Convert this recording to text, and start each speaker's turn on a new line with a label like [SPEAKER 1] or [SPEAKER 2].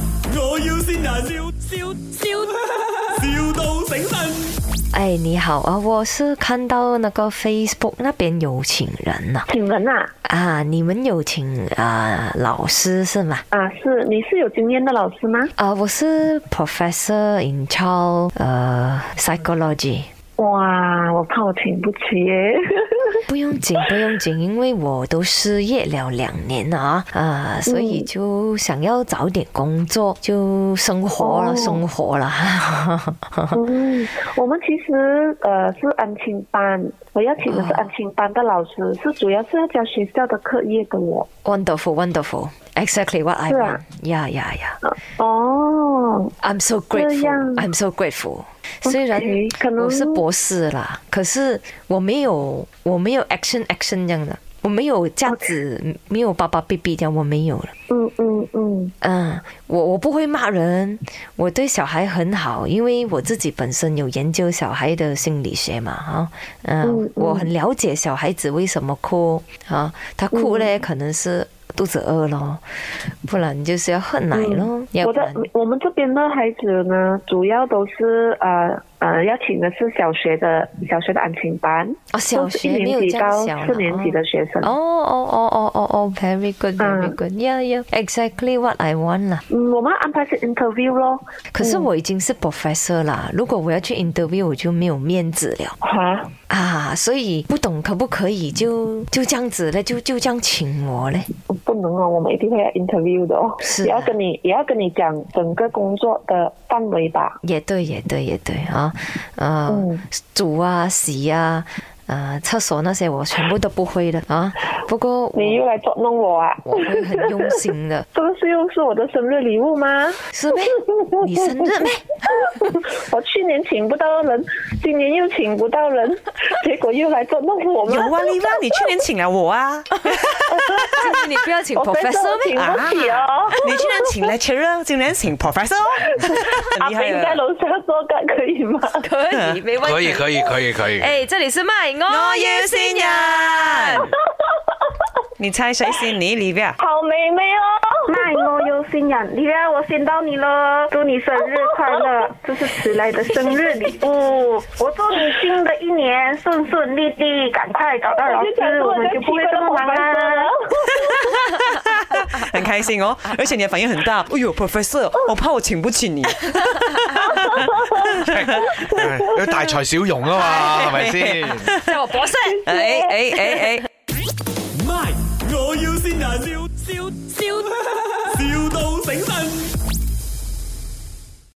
[SPEAKER 1] 要先人，笑笑笑，, 笑到醒神。
[SPEAKER 2] 哎，你好啊，我是看到那个 Facebook 那边有请人呐、
[SPEAKER 3] 请人啊，
[SPEAKER 2] 啊，你们有请啊、老师是吗？
[SPEAKER 3] 啊是，你是有经验的老师吗？
[SPEAKER 2] 啊、我是 Professor in Child 呃 Psychology。嗯
[SPEAKER 3] 哇，我怕我请不起耶。
[SPEAKER 2] 不用紧，不用紧，因为我都失业了两年了啊，啊、所以就想要找点工作，就生活了，
[SPEAKER 3] 哦
[SPEAKER 2] 生活了。
[SPEAKER 3] 嗯，我们其实呃是安亲班，我要请的是安亲班的老师，是主要是要教学校的课业的我。
[SPEAKER 2] wonderful, wonderful, exactly what I
[SPEAKER 3] 是
[SPEAKER 2] want.
[SPEAKER 3] 啊
[SPEAKER 2] Yeah, yeah, yeah.
[SPEAKER 3] 呃哦，
[SPEAKER 2] I'm so grateful.
[SPEAKER 3] 样
[SPEAKER 2] I'm so grateful. 虽然
[SPEAKER 3] 可能
[SPEAKER 2] 我是博士啦，可是我没有我没有 action action 这样的，我没有这样子没有巴巴闭闭这样，我没有了。
[SPEAKER 3] 嗯嗯嗯，
[SPEAKER 2] 嗯，我我不会骂人，我对小孩很好，因为我自己本身有研究小孩的心理学嘛，哈、嗯，
[SPEAKER 3] 嗯嗯
[SPEAKER 2] 我很了解小孩子为什么哭啊，他哭嘞
[SPEAKER 3] 嗯
[SPEAKER 2] 可能是肚子饿咯，不然就是要喝奶咯，要
[SPEAKER 3] 嗯我
[SPEAKER 2] 不
[SPEAKER 3] 的
[SPEAKER 2] 然
[SPEAKER 3] 我们这边的孩子呢，主要都是呃呃要请的是小学的小学的安亲班，
[SPEAKER 2] 哦小
[SPEAKER 3] 都是一
[SPEAKER 2] 学没有
[SPEAKER 3] 年级
[SPEAKER 2] 这样
[SPEAKER 3] 到
[SPEAKER 2] 小
[SPEAKER 3] 四
[SPEAKER 2] 了
[SPEAKER 3] 年级
[SPEAKER 2] 哦
[SPEAKER 3] 的学生。
[SPEAKER 2] 哦哦哦哦哦哦，very good，very
[SPEAKER 3] 嗯
[SPEAKER 2] good，yeah yeah，exactly what I want 啦。
[SPEAKER 3] 嗯，我们要安排是 interview 咯。
[SPEAKER 2] 可是我已经是 professor 啦，如果我要去 interview，我就没有面子了
[SPEAKER 3] 哈，
[SPEAKER 2] 啊。所以不懂可不可以就就这样子嘞，就就这样请我嘞？
[SPEAKER 3] 不能哦，我们一定会要 interview 的哦，
[SPEAKER 2] 是啊
[SPEAKER 3] 也要跟你也要跟你讲整个工作的范围吧。
[SPEAKER 2] 也对，也对，也对啊，呃，
[SPEAKER 3] 嗯
[SPEAKER 2] 煮啊、洗啊、呃，厕所那些我全部都不会的啊。不过我
[SPEAKER 3] 你又来捉弄我啊！
[SPEAKER 2] 我会很用心的，
[SPEAKER 3] 这个是又是我的生日礼物吗？
[SPEAKER 2] 是呗？你生日呗？
[SPEAKER 3] 我去年请不到人，今年又请不到人， 结果又来捉弄我吗？
[SPEAKER 4] 有啊，你啦，你去年请了我啊，
[SPEAKER 2] 今年你不要请
[SPEAKER 3] 我真的
[SPEAKER 2] professor 啊呗
[SPEAKER 3] 请？不起
[SPEAKER 4] 啊
[SPEAKER 3] 哦。
[SPEAKER 4] 你去年请 lecturer，今年请 professor，
[SPEAKER 3] 阿
[SPEAKER 4] 很厉害
[SPEAKER 3] 平在
[SPEAKER 4] 啊！
[SPEAKER 3] 楼下做客可以 吗？
[SPEAKER 2] 可以，没问题。
[SPEAKER 5] 可以可以可以可以，
[SPEAKER 2] 哎，这里是麦，我啊
[SPEAKER 4] 我要先人，啊你猜谁先？你 l i v
[SPEAKER 3] 好妹妹哦，
[SPEAKER 6] 那我有心呀，你看我先到你了，祝你生日快乐，这是迟来的生日礼物。我祝你新的一年顺顺利利，赶快找到老
[SPEAKER 3] 我就想
[SPEAKER 6] 师，
[SPEAKER 3] 说
[SPEAKER 6] 我
[SPEAKER 3] 我
[SPEAKER 6] 们
[SPEAKER 3] 在
[SPEAKER 6] 就
[SPEAKER 3] 奇
[SPEAKER 6] 不会
[SPEAKER 3] 怪
[SPEAKER 6] 这
[SPEAKER 3] 的啊
[SPEAKER 6] 么
[SPEAKER 3] 红
[SPEAKER 6] 忙啊
[SPEAKER 3] 白车了。。
[SPEAKER 6] 啦
[SPEAKER 4] 很开心哦，而且你的反应很大。哎呦，professor，我怕我请不起你。哎
[SPEAKER 5] 哎要大材小用啊嘛，係咪先？
[SPEAKER 2] 叫我博士。
[SPEAKER 4] 哎哎哎哎，